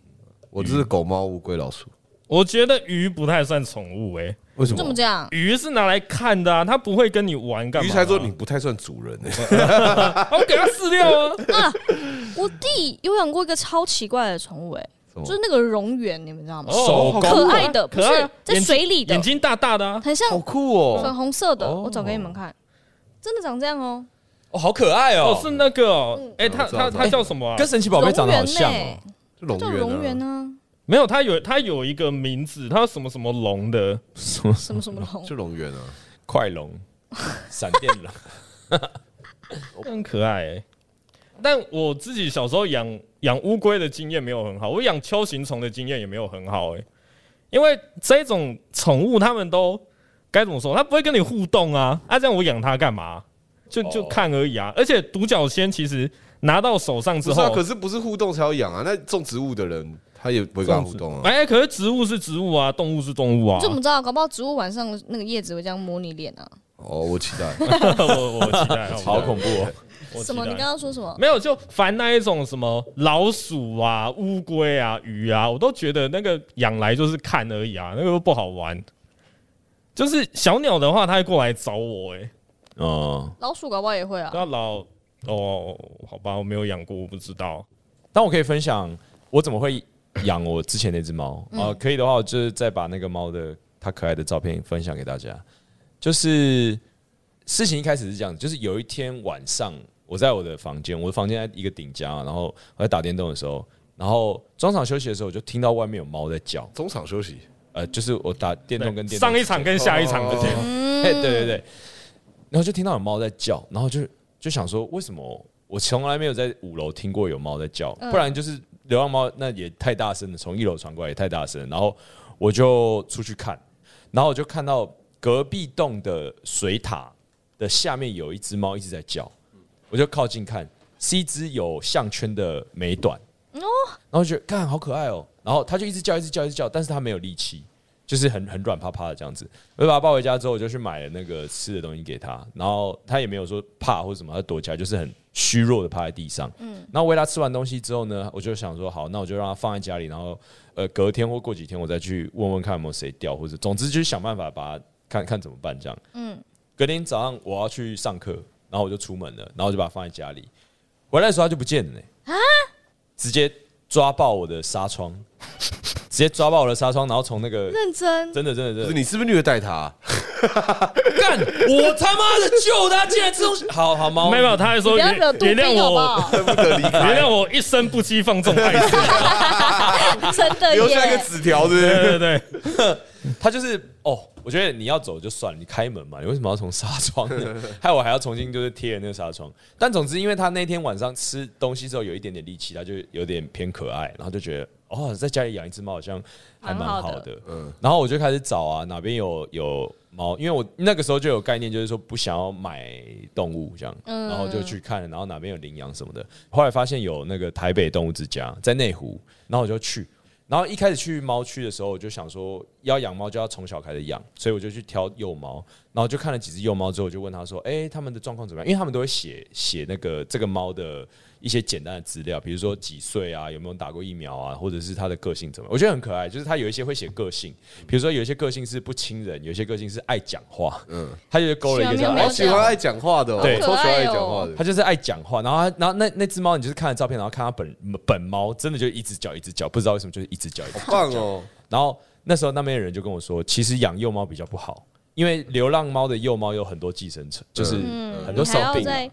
D: 我这是狗、猫、乌龟、老鼠。
A: 我觉得鱼不太算宠物诶、
D: 为什
B: 这么？讲，
A: 鱼是拿来看的啊，它不会跟你玩干嘛、啊
D: 鱼才说你，不太算主人欸呢。
A: 我给它饲料啊。
B: 我弟有养过一个超奇怪的宠物、欸，
D: 什么
B: 就是那个蝾螈，你们知道吗？
A: 手
B: 哦
C: 工
B: 可爱的，不
A: 可爱
B: 是
A: 啊
B: 在
A: 眼睛
B: 水里的
A: 眼，睛大大的啊。
B: 很像
D: 好 酷哦！
B: 粉红色的，
D: 哦
B: 我找给你们看，真的长这样哦、
C: 哦，好可爱
A: 哦
C: 哦，，
A: 是那个哦，哎，它
D: 我知
A: 它
D: 道
A: 它叫什么啊？
C: 跟神奇宝贝长得好
B: 蝾螈
C: 像哦
B: 欸，
D: 这龙
B: 叫蝾
D: 源
B: 螈
D: 啊，
B: 呢、
A: 没有，它有它有一个名字，它什么什么龙的，
B: 啊什么什么龙
D: 这，龙源啊，
C: 快龙、闪电龙，
A: 很可爱欸。但我自己小时候养养乌龟的经验没有很好，我养锹形虫的经验也没有很好哎，因为这种宠物它们都该怎么说，它不会跟你互动啊，啊这样我养它干嘛？就就
C: 哦
A: 看而已啊。而且独角仙其实拿到手上之
D: 不是啊，
A: 后
D: 可，是不是互动才要养啊？那种植物的人他也不会
A: 这
D: 跟他
A: 样
D: 互
A: 子
D: 动啊。
A: 哎，可是植物是植物啊，动物是动物啊。
B: 这我们知道，搞不好植物晚上那个叶子会这样摸你脸啊。
D: 哦，我期待。
A: 我我期 待，
C: 好恐怖哦，
A: 我期待
B: 什么？你刚刚说什么？
A: 没有，就烦那一种什么老鼠啊、乌龟啊、鱼啊，我都觉得那个养来就是看而已啊，那个又不好玩。就是小鸟的话，它会过来找我、欸，哎，
C: 嗯。
B: 老鼠搞不好也会啊。
A: 那老哦，好吧，我没有养过，我不知道。
C: 但我可以分享我怎么会养我之前那只猫
A: 嗯
C: 啊、呃可以的话，我就是再把那个猫的它可爱的照片分享给大家。就是事情一开始是这样子，就是有一天晚上，我在我的房间，我的房间在一个顶家，然后我在打电动的时候，然后中场休息的时候，我就听到外面有猫在叫，
D: 中场休息，
C: 呃，就是我打电动跟电动
A: 上一场跟下一场的
D: 哦
A: 间，
C: 哎， 对对对，然后就听到有猫在叫，然后就就想说，为什么我从来没有在五楼听过有猫在叫？不然就是流浪猫那也太大声了，从一楼传过来也太大声了。然后我就出去看，然后我就看到隔壁栋的水塔的下面有一只猫一直在叫，我就靠近看，是一只有项圈的美短，然后觉得看好可爱哦，然后它就一直叫，一直叫，一直叫，但是它没有力气。就是很很软趴趴的这样子。我就把它抱回家之后，我就去买了那个吃的东西给它，然后它也没有说怕或者什么，它躲起来就是很虚弱的趴在地上。嗯，然后喂它吃完东西之后呢，我就想说好，那我就让它放在家里，然后呃隔天或过几天我再去问问看有没有谁掉，或者总之就是想办法把它看看怎么办这样。嗯，隔天早上我要去上课，然后我就出门了，然后我就把它放在家里，回来的时候它就不见了呢、啊，直接抓爆我的纱窗。直接抓爆我的纱窗，然后从那个
B: 认真，
C: 真的真的
D: 不
C: 真
D: 是
C: 的
D: 你是不是虐待他啊、
C: 干，我他妈的救他，竟然 这种好好猫，
A: 没有，他还
B: 你
A: 说
B: 不要
A: 原
B: 惹杜
A: 原谅
B: 宾好不
A: 我，
B: 好？
D: 恨不得离
A: 原
D: 开，
A: 谅我一生不羁放纵爱 情。
B: 真的
D: 留下一个
B: 耶，
D: 纸条，对不
A: 对
D: 对？
A: 对对，
C: 他就是哦，我觉得你要走就算了，你开门嘛，你为什么要从纱 窗呢？害我还要重新就是贴那个纱窗。但总之，因为他那天晚上吃东西之后有一点点力气，他就有点偏可爱，然后就觉得哦，在家里养一只猫好像还蛮好
B: 蛮好
C: 的。嗯，然后我就开始找啊，哪边有有猫，因为我那个时候就有概念，就是说不想要买动物这样，
B: 嗯
C: 然后就去看，然后哪边有领养什么的。后来发现有那个台北动物之家在内湖，然后我就去。然后一开始去猫区的时候，我就想说要养猫就要从小开始养，所以我就去挑幼猫，然后就看了几只幼猫之后，我就问他说：“哎、他们的状况怎么样？”因为他们都会写写那个这个猫的一些简单的资料，比如说几岁啊，有没有打过疫苗啊，或者是它的个性怎么样。我觉得很可爱，就是它有一些会写个性，比如说有一些个性是不亲人，有一些个性是爱讲话，嗯，它就勾了一个
B: 喜欢喵
C: 叫
B: 喵
D: 好喜欢爱讲话的、哦，
C: 对
D: 我超喜欢爱讲话的。
C: 它就是爱讲话，然后它，然后那那只猫，你就是看了照片，然后看它本本猫，真的就一只脚一只脚，不知道为什么就是一只脚一只脚
D: 好棒哦！
C: 然后那时候那边的人就跟我说，其实养幼猫比较不好，因为流浪猫的幼猫有很多寄生虫，就是
B: 嗯，
C: 很多
B: 你还
C: 手
B: 要
C: 病啊、
B: 再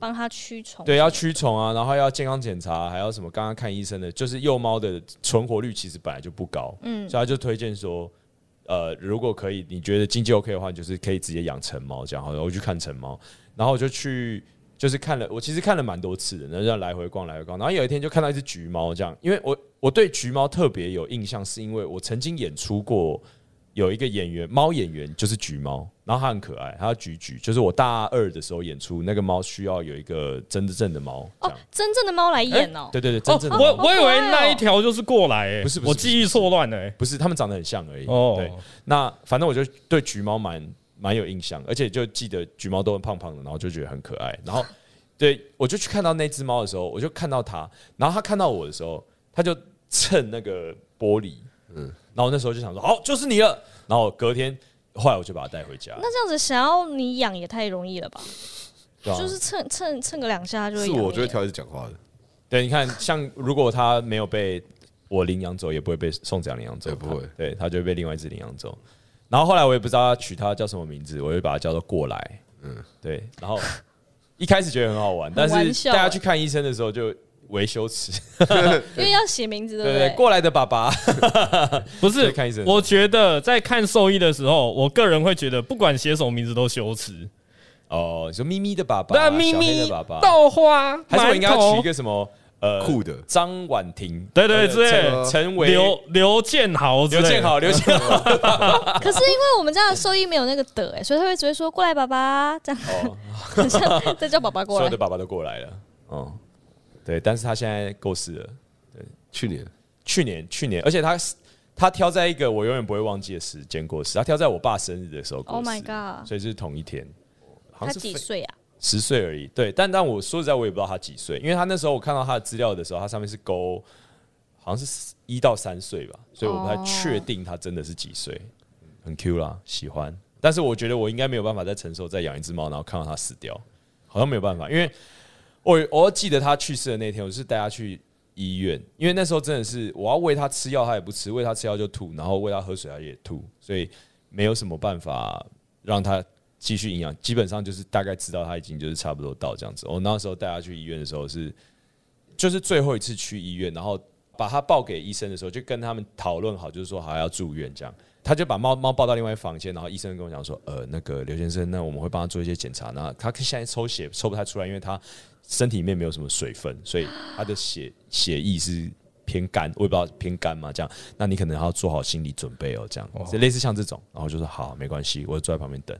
B: 帮他驱虫，
C: 对，要驱虫啊，然后要健康检查，还要什么？刚刚看医生的，就是幼猫的存活率其实本来就不高，嗯，所以他就推荐说，呃，如果可以，你觉得经济 OK 的话，你就是可以直接养成猫这样。好，然后我去看成猫，然后我就去。就是看了，我其实看了蛮多次的，然后这样来回逛来回逛，然后有一天就看到一只橘猫这样，因为我我对橘猫特别有印象，是因为我曾经演出过有一个演员，猫演员就是橘猫，然后它很可爱，它叫橘橘，就是我大二的时候演出，那个猫需要有一个真正的猫，这
B: 哦
C: 样，
B: 真正的猫来演哦，
C: 哎对对对，真
A: 哦
C: 正的猫、
A: 我我以为那一条就是过来，哎
C: 不是不是
A: 我记忆错乱了，哎
C: 不是，它们长得很像而已。
A: 哦
C: 对，那反正我就对橘猫蛮蛮有印象，而且就记得橘猫都很胖胖的，然后就觉得很可爱。然后对我就去看到那只猫的时候，我就看到它，然后它看到我的时候，它就蹭那个玻璃，嗯，然后我那时候就想说，好，就是你了。然后隔天，后来我就把它带回家，
B: 那这样子想要你养也太容易了吧？
C: 对啊吧
B: 就是蹭蹭蹭个两下就会
D: 是
B: 养了
D: 我就会
B: 耶
D: 挑一直讲话的，
C: 对，你看，像如果它没有被我领养走，也不会被宋子阳领养走，
D: 也不会
C: 它对，它就会被另外一只领养走。然后后来我也不知道它取它叫什么名字，我就把它叫做过来。嗯，对。然后一开始觉得很好玩，但
B: 玩
C: 是
B: 笑
C: 带它
B: 欸
C: 去看医生的时候就为羞耻，
B: 因为要写名字，对
C: 对
B: 不
C: 对，过来的爸爸，
A: 不
C: 就是看医生
A: 我觉得在看兽医的时候，我个人会觉得，不管写什么名字都羞耻。
C: 哦，你说咪咪的爸爸，
A: 那咪
C: 小黑
A: 咪
C: 的爸爸，
A: 豆花
C: 还是我应该
A: 馒
C: 要取一
A: 头，
C: 个什么呃
D: 酷的
C: 张婉婷，
A: 对对之类
C: 陈陈维
A: 刘刘建豪之
C: 刘
A: 类的，
C: 建豪，刘建豪，
B: 对。可是因为我们家的兽医没有那个的哎、所以他会直接说过来爸爸，这样
C: 哦
B: 很 像再叫爸爸
C: 所
B: 过
C: 有
B: 来
C: 的。爸爸都过来了，嗯，对，但是他现在过世了。
D: 去年
C: 去年去年，而且他他挑在一个我永远不会忘记的时间过世，他挑在我爸生日的时候过
B: Oh
C: 世
B: my god！
C: 所以是同一天，好
B: 他
C: 像是
B: 几
C: 非
B: 岁啊？
C: 十岁而已。对，但但我说实在，我也不知道他几岁，因为他那时候我看到他的资料的时候，他上面是勾，好像是一到三岁吧，所以我不太
B: 哦
C: 确定他真的是几岁。很 Q 啦，喜欢，但是我觉得我应该没有办法再承受再养一只猫，然后看到它死掉，好像没有办法，因为我我记得它去世的那天，我是带它去医院，因为那时候真的是我要喂它吃药，它也不吃，喂它吃药就吐，然后喂它喝水它也吐，所以没有什么办法让它继续营养，基本上就是大概知道它已经就是差不多到这样子。我那时候带它去医院的时候是，就是最后一次去医院，然后把它抱给医生的时候，就跟他们讨论好，就是说好要住院这样。他就把猫猫抱到另外一房间，然后医生跟我讲说，呃，那个刘先生，那我们会帮他做一些检查，那他现在抽血抽不太出来，因为他身体里面没有什么水分，所以他的血血液是偏干，我也不知道偏干嘛这样，那你可能要做好心理准备哦，这样，就类似像这种，然后就说好，没关系，我就坐在旁边等。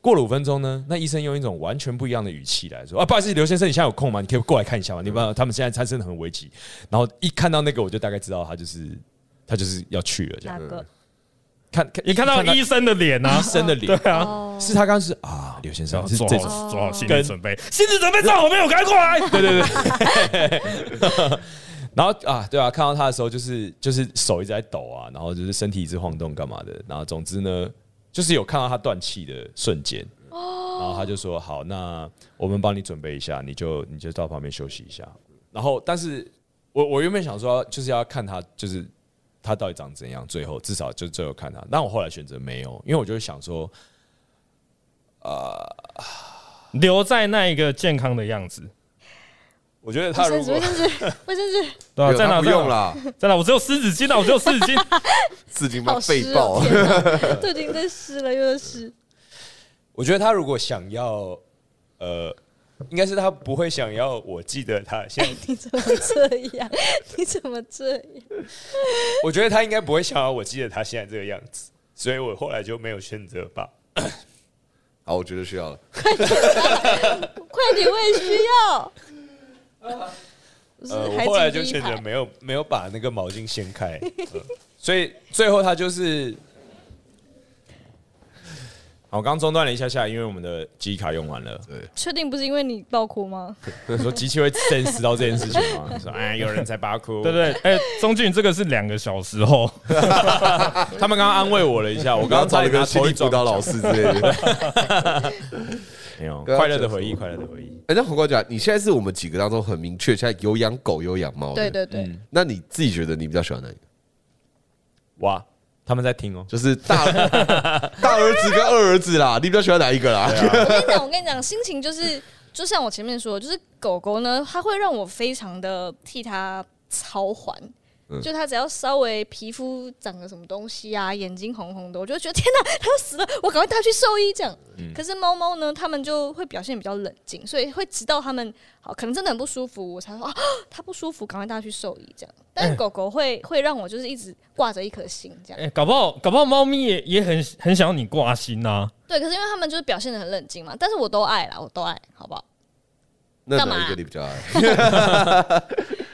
C: 过了五分钟呢，那医生用一种完全不一样的语气来说：“啊，不好意思，刘先生，你现在有空吗？你可以过来看一下吗？你不知道他们现在他真的很危急。”然后一看到那个，我就大概知道他就是他就是要去了，这样
B: 哪个？
C: 看看
A: 你看到医生的脸啊
C: 医，生的脸，
A: 对啊，哦
B: 哦，
C: 是他刚刚是啊，刘先生是
A: 做
C: 这种，
A: 好做好心理
C: 跟
A: 准备，心理准备做好没有？赶快过来！
C: 对对对。然后啊，对啊，看到他的时候，就是就是手一直在抖啊，然后就是身体一直晃动干嘛的，然后总之呢，就是有看到他断气的瞬间。然后他就说：“好，那我们帮你准备一下，你就你就到旁边休息一下。”然后，但是我我原本想说，就是要看他就是他到底长怎样，最后至少就最后看他。但我后来选择没有，因为我就想说，
A: 留在那一个健康的样子，
C: 我觉得他
B: 卫
C: 如
B: 生纸，
C: 果
B: 卫生纸，卫生 纸，
A: 对吧？
D: 没有
A: 在哪
D: 他不
A: 了，
D: 用啦，
A: 在哪？我只有湿纸巾啊，我只有湿纸 巾。
D: 自己把
B: 好
D: 被
B: 湿哦
C: 啊
D: 爆，
B: 天哪都已经在湿了又在湿。
C: 我觉得他如果想要，呃，应该是他不会想要我记得他。现在
B: 你怎么这样？ 你怎么这样？
C: 我觉得他应该不会想要我记得他现在这个样子，所以我后来就没有选择吧。
D: 好，我觉得需要了。
B: 快点，我也需要。不是
C: 呃，我
B: 海
C: 后来
B: 景
C: 就
B: 第一
C: 选择
B: 排
C: 没有没有把那个毛巾掀开，呃所以最后他就是。好，我刚中断了一下下，因为我们的记忆卡用完了。
B: 确定不是因为你爆哭吗？
C: 你说机器会 sense 到这件事情吗？说哎，有人在巴哭，
A: 对不对，哎，钟俊，这个是两个小时后，
C: 他们刚刚安慰我了一下，我
D: 我
C: 刚刚差
D: 找了
C: 点
D: 个
C: 拿
D: 心
C: 头
D: 理
C: 一
D: 辅导老
C: 师，
D: 师之类的。
C: 没有
D: 刚刚
C: 快乐的
D: 讲什
C: 回忆，
D: 么
C: 快乐的回忆。
D: 哎，那黄瓜讲，你现在是我们几个当中很明确，现在有养狗有养猫。
B: 对。对对，
D: 那你自己觉得你比较喜欢哪一个？
C: 哇，他们在听哦，
D: 就是大大儿子 跟二儿子啦，你比较喜欢哪一个啦？
B: 我跟你讲，我跟你讲，心情就是，就像我前面说的，就是狗狗呢，它会让我非常的替它操还。就它只要稍微皮肤长了什么东西啊，眼睛红红的，我就会觉得天哪，它要死了，我赶快带它去兽医这样。可是猫猫呢，它们就会表现比较冷静，所以会直到它们好可能真的很不舒服，我才说啊，它不舒服，赶快带它去兽医这样。但是狗狗会、会让我就是一直挂着一颗心这样。
A: 哎，搞不好，搞不好猫咪也也很很想要你挂心啊呐。
B: 对，可是因为它们就是表现的很冷静嘛，但是我都爱啦，我都爱，好不好？
D: 那
B: 干嘛啊
D: 哪一个你比较爱？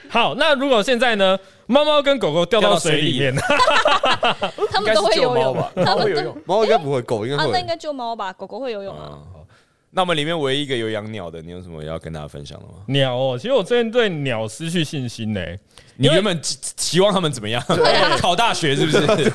A: 好，那如果现在呢，猫猫跟狗狗掉
C: 掉
A: 到
C: 到水
A: 水里
C: 里
A: 面，
B: 他们
C: 应该
B: 都
C: 是
B: 会
C: 救
B: 游
C: 猫
B: 泳，
C: 吧？
B: 他
C: 猫会
B: 们
C: 游
B: 都
C: 泳。
D: 猫应该不会，狗应该
B: 啊，那应
D: 会。
B: 该救猫吧？狗狗会游泳
C: 哦
B: 啊？
C: 那我们里面唯一一个有养鸟的，你有什么要跟大家分享的吗？
A: 鸟哦，其实我最近对鸟失去信心呢、
C: 你原本期期望他们怎么样？考大学是不是？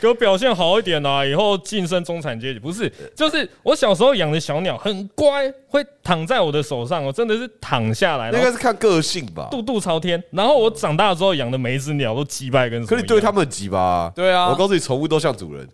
A: 给我表现好一点啊，以后晋升中产阶级。不是，就是我小时候养的小鸟很乖，会躺在我的手上，哦我真的是躺下来，
D: 那
A: 然
D: 应该
A: 后
D: 是看个性吧。
A: 肚肚朝天。然后我长大之后养的每一只鸟都击败跟什么
D: 可
A: 一
D: 你
A: 样
D: 对他们很急吧？
C: 对啊
D: 我告诉你，宠物都像主人。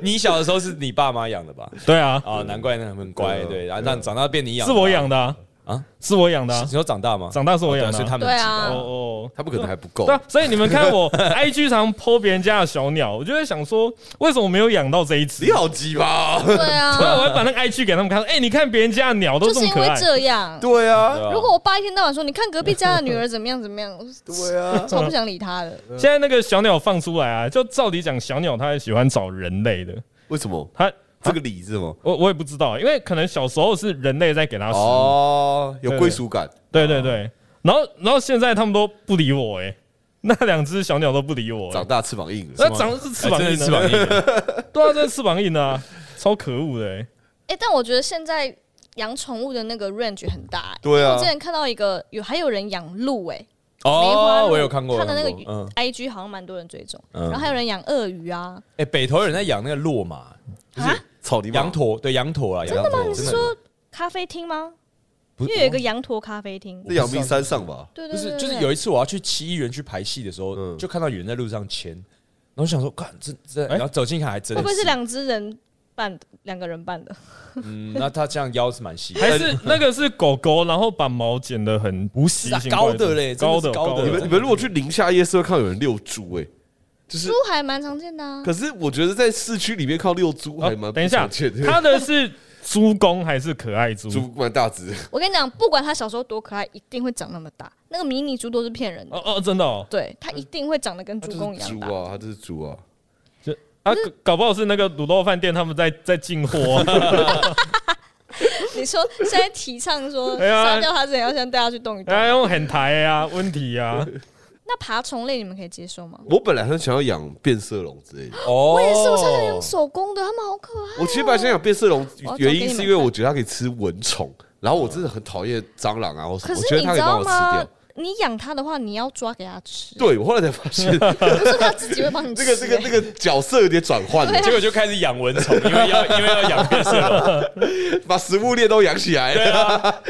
C: 你小的时候是你爸妈养的吧？
A: 对啊，
C: 啊，难怪那他们很乖，
D: 对啊
C: 对，然后让长大变你养，
A: 是我养的啊，
C: 啊
A: 是我养的、
C: 的，
A: 啊
C: 你，说长大吗？
A: 长大是我
C: 对
A: 养
C: 啊，
A: 的、
C: 所以他们
B: 对
A: 哦
B: 啊，
A: 哦，
D: 他们可能还不够
A: 对。啊，所以你们看我 IG 常 po 别人家的小鸟，我就会想说，为什么没有养到这一只
D: 你？好急吧？
B: 对
A: 所 以
B: 啊，
A: 我会把那个 IG 给他们看，哎、你看别人家的鸟都
B: 就
A: 这么
B: 是因
A: 可
B: 为
A: 爱，
B: 这样。
D: 对啊，
C: 对啊
B: 如果我爸一天到晚说你看隔壁家的女儿怎么样怎么样，我
D: 对啊，
B: 超不想理他 的。
C: 啊
A: 现在那个小鸟放出来啊，就照理讲，小鸟它也喜欢找人类的，
D: 为什么
A: 它
D: 这个理是吗？
A: 我我也不知道，因为可能小时候啊是人类在给它食物，
D: 哦，有
A: 对
D: 归属感。
A: 对对对，然后然后现在他们都不理我、欸， 那两只小鸟都不理我、欸
D: 长，大翅膀硬了，
A: 那长的是翅膀
C: 哎
A: 硬
C: 真
A: 的，
C: 的是翅膀硬的，
A: 对啊，这是翅膀硬的、啊，超可恶的、欸，
B: 哎，但我觉得现在养宠物的那个 range 很大。哎
D: 对啊
B: 我之前看到一个有还有人养鹿哎，梅花
C: 哦，
B: 鹿
C: 我有看过，
B: 看的那
C: 我有过
B: 个
C: 嗯，
B: IG 好像蛮多人追踪，
C: 嗯
B: 然后还有人养鳄鱼啊。
C: 哎，北头有人在养那个骆马，
B: 啊，
D: 草泥马
C: 羊驼，对，羊驼啊，
D: 真的
C: 羊驼
D: 吗
B: 你是
C: 真的
B: 说咖啡厅吗？
C: 不
B: 因
C: 是
B: 为有一个羊驼咖啡厅。
D: 在阳明山上吧？
B: 对
C: 不
B: 对
C: 是，
B: 对，嗯
C: 就是
B: 对
C: 有一次我要去奇艺园去排戏的时候，就看到有人在路上牵，然后我想说，看这这，
A: 哎
C: 然后走近看还真
B: 会
C: 的，
B: 不会是？两只人办的？两个人办的？
C: 嗯，那他这样腰是蛮细的，
A: 还是那个是狗狗，然后把毛剪得很不是
C: 啊高的嘞真的
A: 高
C: 是
A: 的
C: 高的
A: 高
D: 你
A: 的
D: 们你们如果去宁夏夜市会看到有人遛猪哎，就是
B: 猪还蛮常见的啊。
D: 可是我觉得在市区里面靠遛猪还哎蛮
A: 哦啊等一下
D: 不常见，的
A: 它的是猪公还是可爱猪？
D: 猪蛮大只，
B: 我跟你讲，不管它小时候多可爱，一定会长那么大。那个迷你猪都是骗人的，
A: 哦哦，真的哦，
B: 对，它一定会长得跟
D: 它
B: 猪
D: 嗯就
B: 公一
D: 是
B: 样
D: 猪
B: 大。
D: 啊，它就是猪啊。
A: 啊，搞搞不好是那个卤肉饭店他们在在进货、 啊，
B: 你说现在提倡 说
A: 哎呀
B: 杀掉它之前要先带它去动一动，
A: 哎，用很抬啊，问题啊，
B: 那爬虫类你们可以接受吗？
D: 我本来很想要养变色龙之类的，
C: 哦，
B: 我也是，我超想养手工的，它们好可爱。
D: 我其实本来想养变色龙
B: 我要，
D: 原
B: 找给
D: 因
B: 你
D: 是
B: 们
D: 因为我觉得它可以吃蚊虫，然后我真的很讨厌蟑螂啊，我我
B: 可
D: 觉
B: 是
D: 得
B: 你
D: 它可
B: 知
D: 以帮
B: 道
D: 我吃掉
B: 吗。？你养它的话，你要抓给它吃，
D: 对，我后来才发现，
B: 不是它自己会帮你吃、
D: 这个这个这个角色有点转换了，
C: 结果就开始养蚊虫，因 为要因为要养变色龙，啊
D: 把食物链都养起来了。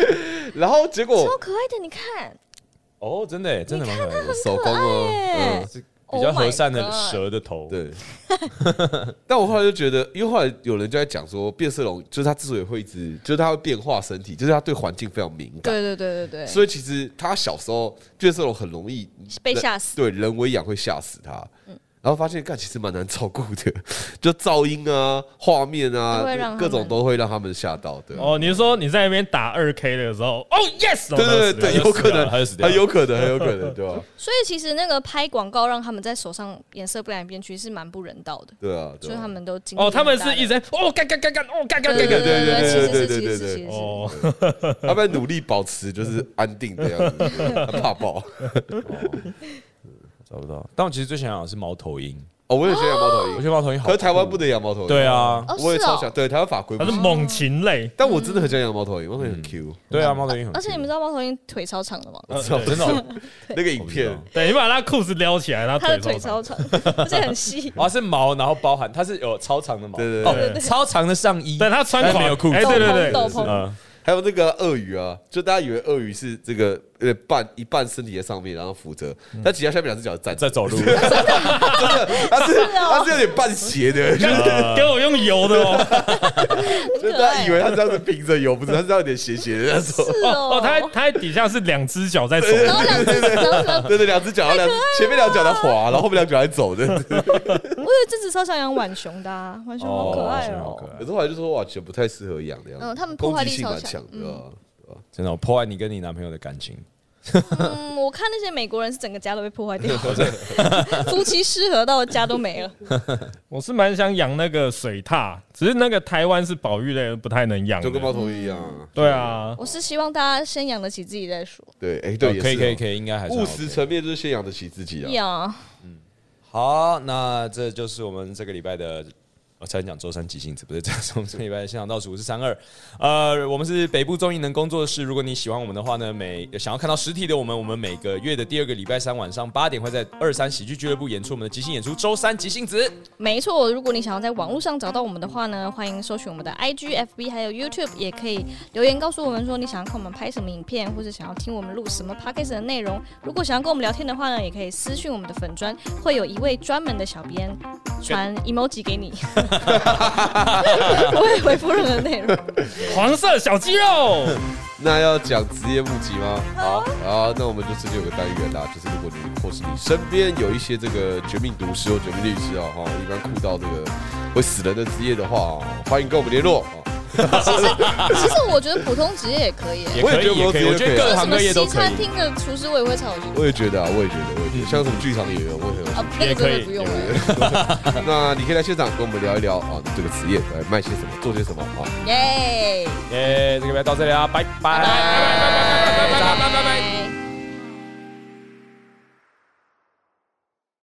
D: 然后结
B: 超
D: 果
B: 可爱的，你看。
C: 哦，真的耶真的蛮可爱的，
D: 手工哦，
B: 爱
D: 嗯，
C: 比较
B: Oh my
C: 和善的
B: God
C: 蛇的头，
D: 对。 但我后来就觉得，因为后来有人就在讲说，变色龙就是它之所以会一直，就是它会变化身体，就是它对环境非常敏感。
B: 对对对对对，
D: 所以其实它小时候变色龙很容易
B: 被吓死。嗯
D: 对，人为养会吓死它。然后发现，干其实蛮难照顾的，就噪音啊、画面
B: 都会让他
D: 啊，各种
B: 们
D: 都会让他们吓到的。
A: 哦，你是说你在那边打二 K 的时候，哦 yes，
D: 对对对，有可能，
C: 他就死掉了
D: 很有可能，很有可能，对吧？
B: 所以其实那个拍广告让他们在手上颜色变来变去是蛮不人道的，
D: 对啊，
B: 就
D: 对
B: 是
D: 啊
B: 他们都经历
A: 哦，他们
B: 很大
A: 是
B: 的
A: 一直在哦干干干干哦干干
B: 对
A: 干
B: 对
A: 干
B: 对
D: 对
B: 对对
D: 对对
B: 对对
D: 对对
B: 对哦，
A: 哦，
D: 他们努力保持 就是安定的样子，对他怕爆。
C: 找不到。但我其实最想养的是猫头鹰，
D: 哦，我也想养猫头
C: 我
D: 鹰
C: 觉，得猫头鹰好
D: 可
C: 酷，
D: 是台湾不能养猫头鹰。
C: 对，啊，
B: 哦
D: 我也
B: 是
D: 超
B: 哦
D: 想，对台湾法规不
A: 它是
D: 行，
A: 猛禽类，
D: 但我真的很想养猫头鹰，猫头鹰很 Q。
C: 对啊，猫头鹰很酷，
B: 而且你们知道猫头鹰腿超长的吗？
A: 呃
D: 知道
A: 对
C: 真的哦
D: 那个影片
C: 我，
A: 对你把它裤子撩起来，它
B: 它的
A: 腿
B: 腿
A: 超
B: 超长， 而且很 细。
C: 哦，它是毛，然后包含它是有超长的毛，
D: 对对
C: 哦
A: 对对
C: 超长的上衣，
A: 但它穿垮
C: 没有裤子
A: 哎，对对对，
B: 斗篷斗篷
C: 嗯，
D: 还有那个鳄鱼啊，就大家以为鳄鱼是这个呃半一半身体在上面，然后扶着，但其实它下面两只脚站着
C: 在， 走路，
D: 它是它是有点半斜的，
B: 欸
D: 就是
A: 干给我用油的 哦，
D: 就是大家以为它这样子平着游，不是它是有点斜斜的那种。
B: 是
A: 哦，
B: 哦，
A: 它它底下是两只脚在走，
B: 然后两只，然后两
D: 对对，两只脚，两前面两脚在滑，然后后面两脚在走的。
B: 我有一阵子超想养浣熊的啊，浣熊好可爱
C: 真的好可
B: 哦。
C: 爱
D: 可，是后来就说哇，犬不太适合养的样子，
B: 嗯他们破
D: 攻
B: 坏
D: 击
B: 力
D: 性
B: 超
D: 蛮
B: 强
D: 强的啊。
C: 真的哦破坏你跟你男朋友的感情，
B: 嗯，我看那些美国人是整个家都被破坏掉， 夫妻失和到家都没了。
A: 我是蛮想养那个水獭，只是那个台湾是保育类，不太能养的
D: 就。跟猫头鹰一样啊。
A: 对啊，
B: 我是希望大家先养得起自己再说。
D: 对，哎，对，
C: 哦
D: 也
C: 可以
D: 是
C: 可以
D: 哦
C: 可以，应该还是
D: 务实层面就是先养得起自己啊。
B: 养
C: 好，那这就是我们这个礼拜的。我才讲周三急性子，不是这样说。我们这个礼拜的现场倒数是三二，呃，我们是北部综艺能工作室。如果你喜欢我们的话呢，每呃想要看到实体的我们，我们每个月的第二个礼拜三晚上八点会在二三喜剧俱乐部演出我们的即兴演出《周三即兴子》。
B: 没错，如果你想要在网络上找到我们的话呢，欢迎搜寻我们的 IG、FB 还有 YouTube，也可以留言告诉我们说你想要看我们拍什么影片，或者想要听我们录什么 podcast 的内容。如果想要跟我们聊天的话呢，也可以私讯我们的粉砖，会有一位专门的小编传 emoji 给你， 不会回复任何内容。
A: 黄色小肌肉，
D: 那要讲职业募集吗？好，啊，那我们就这边有个单元啦，就是如果你或是你身边有一些这个绝命毒师或绝命律师哦，哈，一般酷到这个会死人的职业的话，欢迎跟我们联络。哦
B: 其实我觉得普通职业也可以耶，
C: 也
D: 我也
C: 可以，
D: 觉得
C: 也可以，
D: 我
C: 我
D: 觉
C: 觉得
D: 得可以啊
C: 各
B: 什
C: 行
B: 么
C: 各业
B: 西
C: 都可
B: 餐
C: 以。
B: 厅的厨师我也会炒作
D: 我也觉得啊，我也觉
C: 嗯
D: 得，我也觉得，像什么剧场演员，我也很有兴
B: 啊
D: 趣。，
B: 那
A: 也
B: 个
A: 可
B: 真
A: 以
B: 的不用
D: 有
B: 了。
D: 那你可以来现场跟我们聊一聊啊，你这个职业来卖些什么，做些什么啊？
B: 耶。
A: 啊
C: 耶，这个礼拜到这里啦，拜拜，拜拜，拜拜，拜拜，拜拜，拜拜。